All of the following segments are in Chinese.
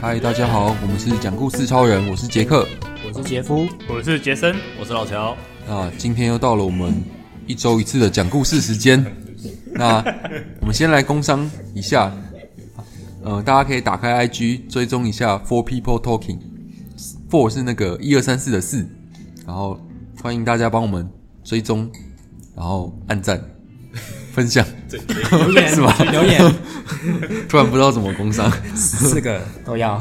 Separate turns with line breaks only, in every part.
嗨，大家好，我们是讲故事超人，我是杰克
我是杰夫，
我是杰森，我是老乔。
啊。今天又到了我们一周一次的讲故事时间。那我们先来工商一下，呃，大家可以打开 IG 追踪一下 Four People Talking。Four 是那个一二三四的四，然后欢迎大家帮我们追踪，然后按赞、分享。
留 言
是吗
留言
突然不知道怎么工商。
四个都 要，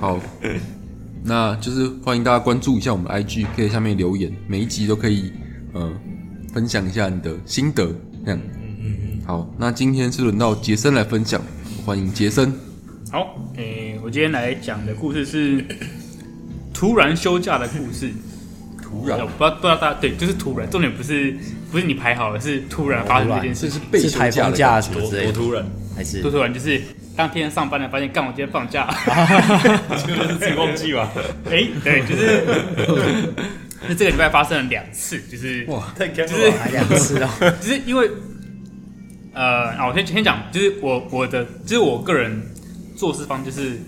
好，那就是欢迎大家关注一下我们的 IG，可以下面留言，每一集都可以呃分享一下你的心得，这样。嗯嗯。好，那今天是轮到杰森来分享，欢迎杰森。
好，诶、我今天来讲的故事是突然休假的故事。
突
不知道不知道不知道大家对，就是突然，重点不是不是你排好了，是突然发生这件事
这。是被
是
休
台
假
风
的
假什么之类
我
的，
突然，
还是
就突然就是当天上班了，发现干我今天放假。
就是自己忘记吧，
哎、对，就是。那这个礼拜发生了两次，就是
哇
太干
就是
来两次哦？
就是因为，呃，啊，我先先讲，就是我我的，就是我个人做事方就是，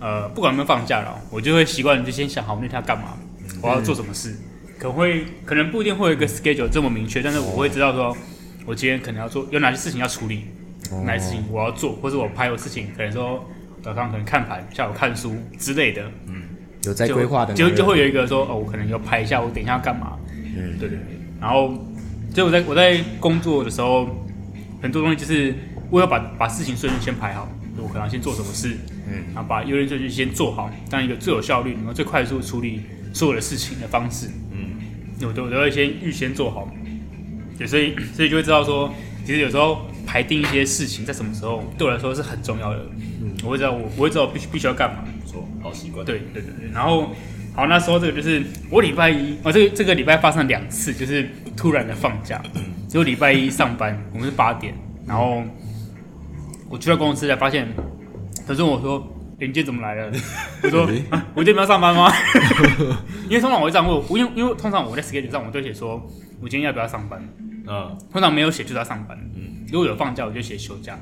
呃，不管有没有放假了，我就会习惯就先想好我那天要干嘛，我要做什么事，可能会可能不一定会有一个 schedule 这么明确，但是
哦
我会知道说，我今天可能要做有哪些事情要处理，
哦
哪些事情我要做，或者我排有事情，可能说早上可能看盘，下午看书之类的，
有在
就
规划的男
就
人，
就会有一个说哦，我可能要拍一下，我等一下要干嘛，嗯，对对对。然后，所以我在我在工作的时候，很多东西就是我要把把事情顺序先排好，我可能要先做什么事，嗯，然后把优先顺序先做好，当一个最有效率、能够最快速处理所有的事情的方式，嗯，我都我都会先预先做好，对，所以所以就会知道说，其实有时候排定一些事情在什么时候对我来说是很重要的，嗯，我会知道我我会知道我必须必须要干嘛，
不错，好习惯。
对对对对，然后好，那时候这个就是我礼拜一，哦，这个这个礼拜发生了两次，就是突然的放假，只有礼拜一上班，我们是八点，然后我去到公司才发现，他就问我说：“哎诶你今天怎么来了？”我说
诶：“
啊我今天不要上班吗？” 因为通常我会这样问，我因为因为通常我在 schedule 上我都会写说我今天要不要上班，
嗯，
通常没有写就是要上班，如果有放假我就写休假。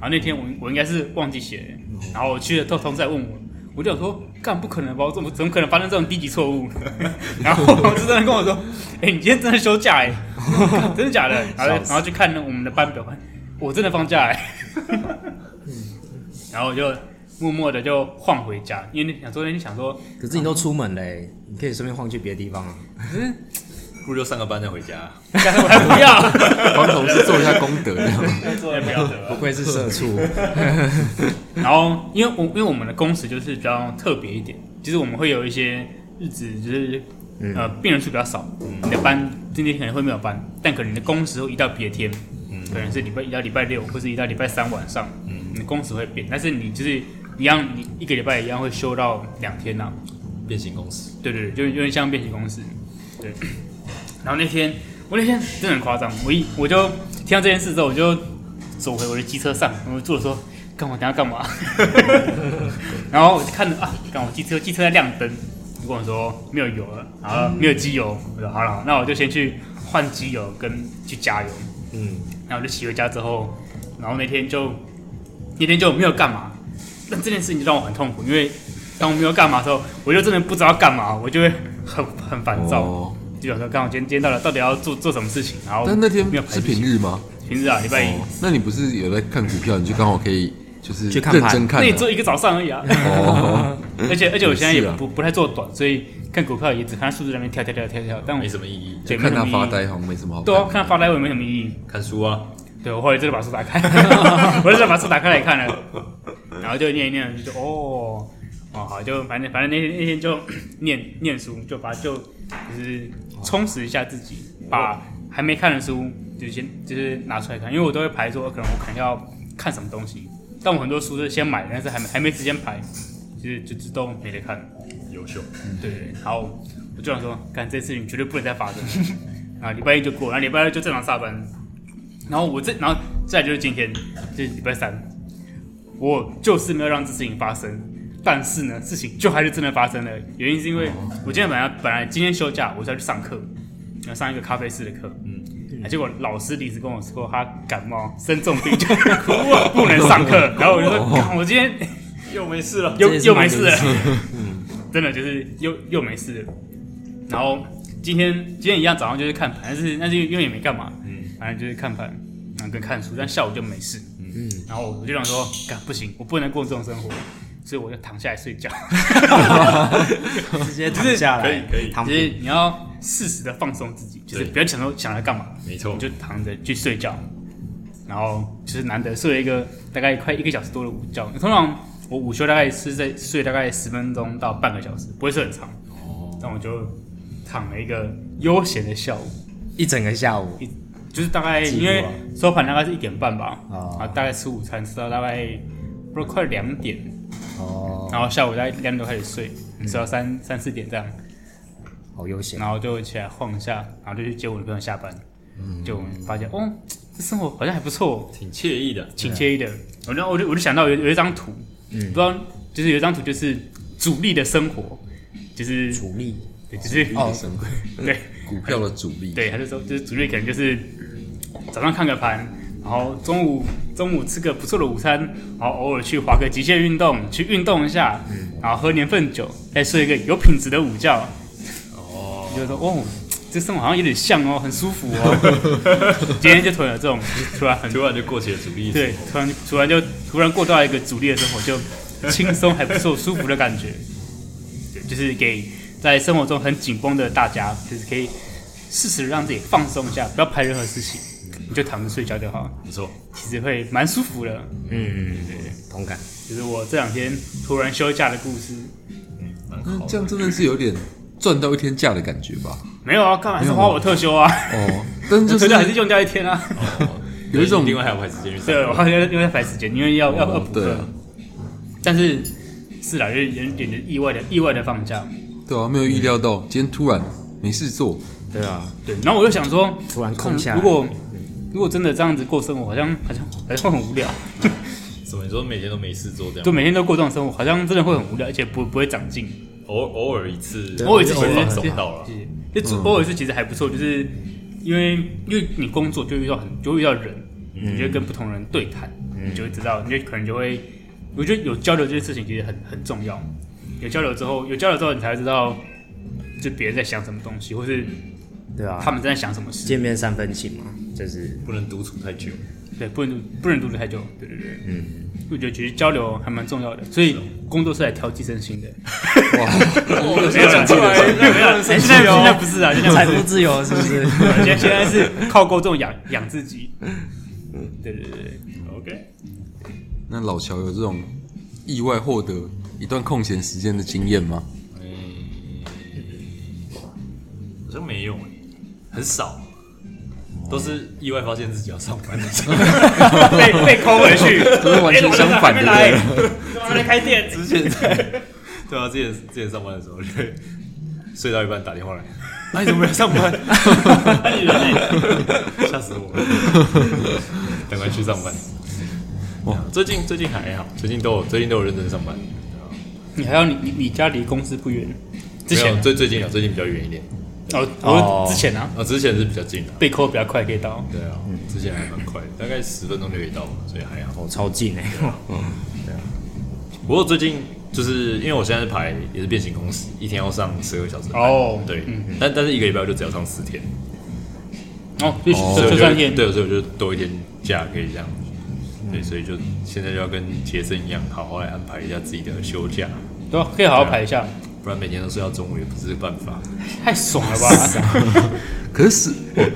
然后那天我我应该是忘记写了，然后我去了同同事还问我，我就想说干不可能吧，我怎么怎么可能发生这种低级错误？然后同事真的跟我说，哎、你今天真的休假哎、干真的假的？然后然后去看我们的班表，哎我真的放假哎、然后我就默默的就晃回家，因为想说那天想说
可是你都出门嘞，你可以顺便晃去别的地 方啊。
不如就上个班再回家。
干我还不要，
帮同事做一下功德，
还不要得了
不。愧是社 畜，
然后，因为我因为我们的工时就是比较特别一点，其实我们会有一些日子就是、呃病人数比较少，你的班今天可能会没有班，但可能你的工时会移到别天，
嗯
可能是礼拜一到礼拜六，或是一到礼拜三晚上，
嗯
你的工时会变，但是你就是一样，你一个礼拜一样会休到两天啊呐、
变形公司，
对对对，就有点像变形公司。对，然后那天我那天真的很夸张，我一我就听到这件事之后，我就走回我的机车上，我坐着说干嘛？等一下干嘛？ 然后我就看着啊，干我机车机车在亮灯，就跟我说没有油了，然后没有机油，我说好了，好那我就先去换机油跟去加油。
嗯，
然后我就骑回家之后，然后那天就那天就没有干嘛，但这件事情就让我很痛苦，因为当我没有干嘛的时候，我就真的不知道干嘛，我就会很很烦躁，
哦
就想说，刚好今天今天到了，到底要做做什么事情？然后
但那天
没有排
是
出去
平日吗？
平日啊，礼拜一，
哦，那你不是有在看股票，你就刚好可以就是
去看盘
认真看
那
啊。
也做一个早上而已啊。
哦，
而且而且我现在也
是啊
不不太做短，所以看股票也只看数字在那边跳跳跳跳跳，但我
没什么意义。
对
看他
没什么
发
意义
呆好像没什么好
对啊，
看。
看他发呆我也没什么意义。
看书啊，
对，我后来真的把书打开，我真的把书打开来看了，然后就念一念，就说哦，哦好，就反正反正那天那天就 念念书，就把就就是充实一下自己，把还没看的书就先就是拿出来看，因为我都会排说可能我可能要看什么东西，但我很多书是先买，但是还没还没时间排，就是就自动没得看。
优秀。
对对，对然后我就想说，干这事情绝对不能再发生。啊，礼拜一就过，然后礼拜二就正常上班。然后我这，然后再来就是今天，就是礼拜三，我就是没有让这事情发生。但是呢，事情就还是真的发生了。原因是因为我今天本来本来今天休假，我是要去上课，要上一个咖啡师的课。嗯，啊结果老师临时跟我说他感冒生重病，就啊不能上课，然后我就说，干我 今天
又没事了。
又
哦这也是
又
蛮
没事了
有趣，嗯
真的就是又又没事了。然后今天今天一样早上就是看盘，但是但是因为也没干嘛，嗯，反正就是看盘，然后跟看书，但下午就没事，嗯，然后我就想说，干不行，我不能过这种生活，所以我就躺下来 睡觉，
直接躺下来，
可以可以
躺
就
平
是你要适时的放松自己，就是
对
不要想说想来干嘛，
没错
你就躺着去睡觉，然后就是难得睡了一个大概快一个小时多的午觉，通常我午休大概是在睡大概十分钟到半个小时，不会睡很长，
哦
但我就躺了一个悠闲的下午，
一整个下午，
一就是大概
记
因
录啊
为收盘大概是一点半吧，
哦
啊，大概吃午餐吃到大概不是快两点，
哦，嗯
然后下午大概两点多开始睡，睡到三三四点这样，
好悠闲，
然后就起来晃一下，然后就去接我的朋友下班，
嗯
就我们发现哦，这生活好像还不错，哦
啊
挺惬意的，
亲切一点。我就我就我就想到有有一张图，
嗯
不知道就是有一张图就是主力的生活，就是
主力
对，就是
哦，神鬼
对。
股票的主力，
对，他就说就是主力可能就是早上看个盘，然后中午中午吃个不错的午餐，然后偶尔去划个极限运动，去运动一下，然后喝年份酒，再睡一个有品质的午觉。哦，就说哦，这生活好像有点像哦，很舒服哦。今天就突然有这种，突然很
突然就过起了主力。
对，，突然突然就突然过到一个主力的生活，就轻松还不错、舒服的感觉。 对，就是给在生活中很紧绷的大家，就是可以适时地让自己放松一下，不要排任何事情，你就躺着睡觉就好，
不错，
其实会蛮舒服的。
嗯，同感，
就是我这两天突然休假的故事，
蛮
嗯
好。
这样真的是有点赚到一天假的感觉吧？
没有啊，干嘛还是
没有
花我特休啊？
哦，但是
我
就
特
是
休还是用掉一天啊？
哦
有一种
另外还有排时间去上
对，我
课。
好像因为排时间，因为要要要补
对
课
啊，
但是是啦，有点有点意外的意外的放假。
对啊，没有预料到今天突然没事做，
对啊，
对，然后我就想说，
突然空下来
如果如果真的这样子过生活，好像好像好像会很无聊，
什么？你说每天都没事做这
就
样？
每天都过这种生活，好像真的会很无聊，而且不不会长进。
偶偶尔一次，
对
偶尔一次其
会放
实
松到
哦
了。
就就偶尔一次其实还不错，就是因为因为你工作就遇到很就遇到人，你就会跟不同人对谈，
嗯
你就会知道，你就可能就会，我觉得有交流这件事情其实很很重要。有交流之后，有交流之后，你才会知道，就别人在想什么东西，或是
对啊，
他们正在想什么事。
见面三分情嘛，就是
不能独处太久，
对，不能不能独处太久。对对对，嗯，我觉得其实交流还蛮重要的，所以工作是来调剂身心的。
我
没有讲出来
没有
哎，现在现在不是啊，现 在
财
不
富
是，
自由是不是？
现在现在是靠工作养养自己。对对对对，
OK，
那老乔有这种意外获得一段空闲时间的经验吗？
好像没有哎，很少，都是意外发现自己要上班的时候，
被被抠回去，
都是完全相反的
哎老板还 没来，怎么还没开店？
之前对啊，之前之前上班的时候， 就会睡到一半打电话来，
哎
啊你怎么没有上班？
那你人呢
吓死我了！赶快去上班。哇，最近最近还好，最近都有最近都有认真上班。
你还要你你你家离公司不远，之前
没有最最近啊，最近比较远一点。
哦，
哦
我之前啊
啊，之前是比较近的。
被抠比较快可以到，
对啊，
嗯
之前还蛮快的，大概十分钟就可以到了，所以还好。
哦，超近哎，
不过最近就是因为我现在是排也是变形公司，一天要上十个小时班。
哦
对
嗯，
但但是一个礼拜我就只要上四天，
哦，就
所
就
以
就
我
算
就
店，
对，所以我就多一天假可以这样。
嗯
对，所以就现在就要跟杰森一样，好好来安排一下自己的休假，
对啊，可以好好排一下，
不然每天都睡到中午也不是办法。
太爽了吧？
可是十哦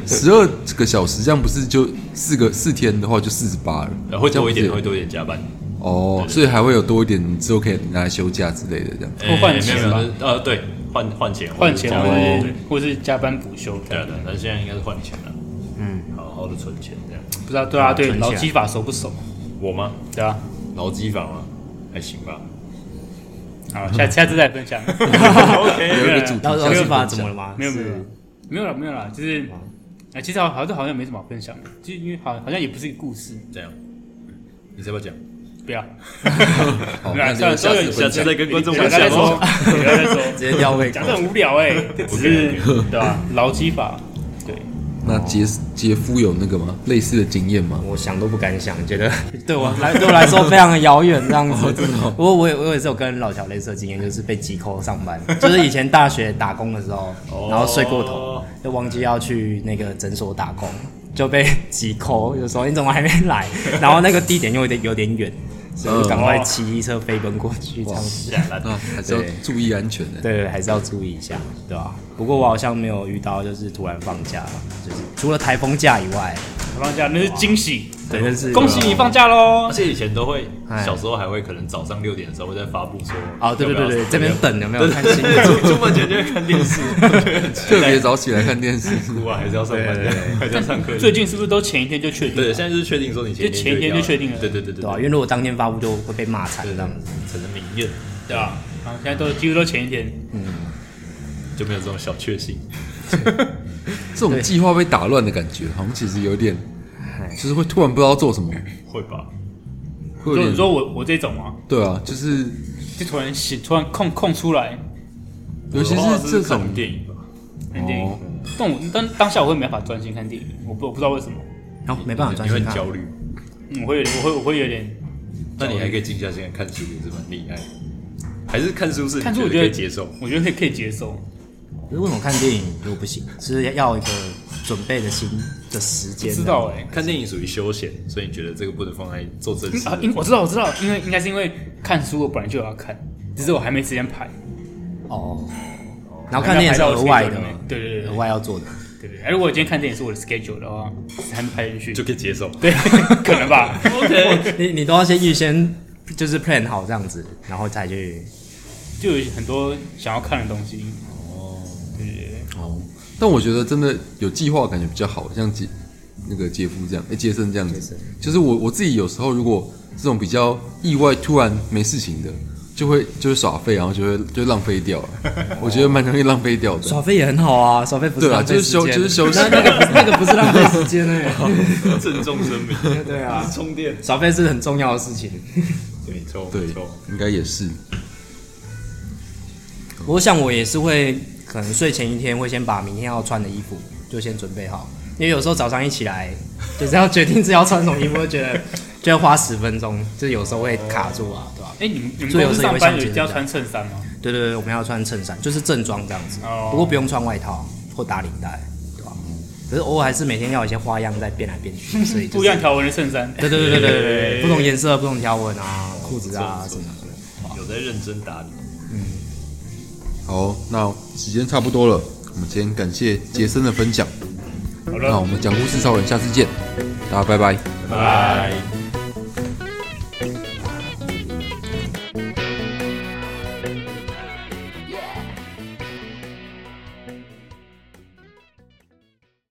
十二个小时，这样不是就四个四天的话就四十八了
呃，，会
这样
多一点，
不
会
是
多一点加班。
哦，所以还会有多一点，你之后可以拿来休假之类的这样。
会哦换钱
没有没有
吧
就是呃，对，换换钱，
换钱
加
或
班
哦
对
是或是加班补休这
对
样
啊，对啊，但现在应该是换钱了。嗯，好好的存钱这样。
不知道对啊，对
存起来
劳基法熟不熟？
我吗？
对啊，
劳基法吗？还行吧。
好，下下次再分享。
有一个
OK，
主题
然后
下
劳
次
基法
分
怎
享
么了吗？
没有没有
是
没有没有了没有了，就是哎，其实好像好像没什么好分享的，就因为好好像也不是一个故事，
这样，你要不要讲？
不要，
好，
没有
那
啊算
留下次分
下
了
次
享。
再跟观众
不
分
要
享哦
再说。，不 要再说，
直接掉位
讲的很无聊哎，只是
OK，OK
对吧？劳基法，对，
那杰杰夫有那个吗？类似的经验吗？
我想都不敢想，觉得 哦
对我来对我来说非常的遥远这样子。不过我也我也是有跟老乔类似的经验，就是被挤扣上 班，就是以前大学打工的时候，
哦
然后睡过头，就忘记要去那个诊所打工，就被挤扣。有时候你怎么还没 来？然后那个地点又有点有点远，所以就赶快骑机车飞奔过去这样子。
那还是要
对
注意安全的、
对对，还是要注意一下，对吧、不过我好像没有遇到就是突然放假，就是除了台风假以外，
放假那是惊喜，
对，但是
恭喜你放假喽
而！且以前都会
哎，
小时候还会可能早上六点的时候会在发布说，
哦，对对对对，这边等有没有
对
看新闻？
对对，出门前就会看电视，
特别早起来看电 视，
哭啊，还是要上班，还是要上课。
最近是不是都前一天就确定？
对，现在就是确定说你前
就前一天就确定了
对对对对
对啊吧、因为如果当天发布就会被骂惨
对
这
这
样
样
子。
子成了民怨，
对啊，然后现在都几乎都前一天，
就没有这种小确幸。
这种计划被打乱的感觉，好像其实有点，就是会突然不知道做什么，
会吧？
会有
就你
点
说我我这种啊，
对啊，就是
就突然醒，突然空空出来，
尤其
我的话
是这
看
种
电影吧，
看电
哦
影。但我但当下我会没办法专心看电影，我不我不知道为什么，
然后没办法专
你会
心
很
看，
焦虑。
嗯我会有点我会我会有点
那你还可以静下心来看书，也是蛮厉害的。还是看书是你
看书，我
觉
觉
可
得
以接受，，
我觉得可以可以接受。
可是为什么看电影又不行？是要一个准备的心的时间。
知道哎、
看电影属于休闲，所以你觉得这个不能放在做正事
啊，因 我知道我知道，因为应该是因为看书我本来就有要看，只是我还没时间排。
哦，然后看电影是额外的嘛，
对对对
额外要做的。
对对。如果今天看电影是我的 schedule 的话，还没排进去，
就可以接受。
对， 可能吧。
OK，
你你都要先预先就是 plan 好这样子，然后才去。
就有很多想要看的东西。
哦但我觉得真的有计划感觉比较好，像杰那个杰夫这样，哎、杰森这样子，就是我我自己有时候如果这种比较意外突然没事情的，就会就会耍废，然后就会就会浪费掉了。 我觉得蛮容易浪费掉的。
耍废也很好啊，耍废不是
对啊
浪费
就是
时
休
间
就是休息
那那个不 是那个不是浪费时间哎。
郑重声 明，
对啊，
充电。
耍废是很重要的事情。
没错，
对
没错。，
应该也是。
我想我也是会，可能睡前一天会先把明天要穿的衣服就先准备好，因为有时候早上一起来，就是要决定自己要穿什么衣服，会觉得就要花十分钟，就是有时候会卡住啊，对吧、
哎、你们你们
所以
公
有
司
时候
上
也会
班
像
有一
杰森
定要
这样
穿衬衫吗？
对对对，我们要穿衬衫，就是正装这样子
哦，
不过不用穿外套或打领带，对吧、可是偶尔还是每天要有一些花样在变来变去，所以、就是、
不一样条纹的衬衫。
对。对对对对对对对，不同颜色、不同条纹啊，裤子啊什么的。
有在认真打理。
好，那时间差不多了，我们先感谢杰森的分享。
好
那
了
我，们讲故事超人下次见，大家拜拜。
拜拜。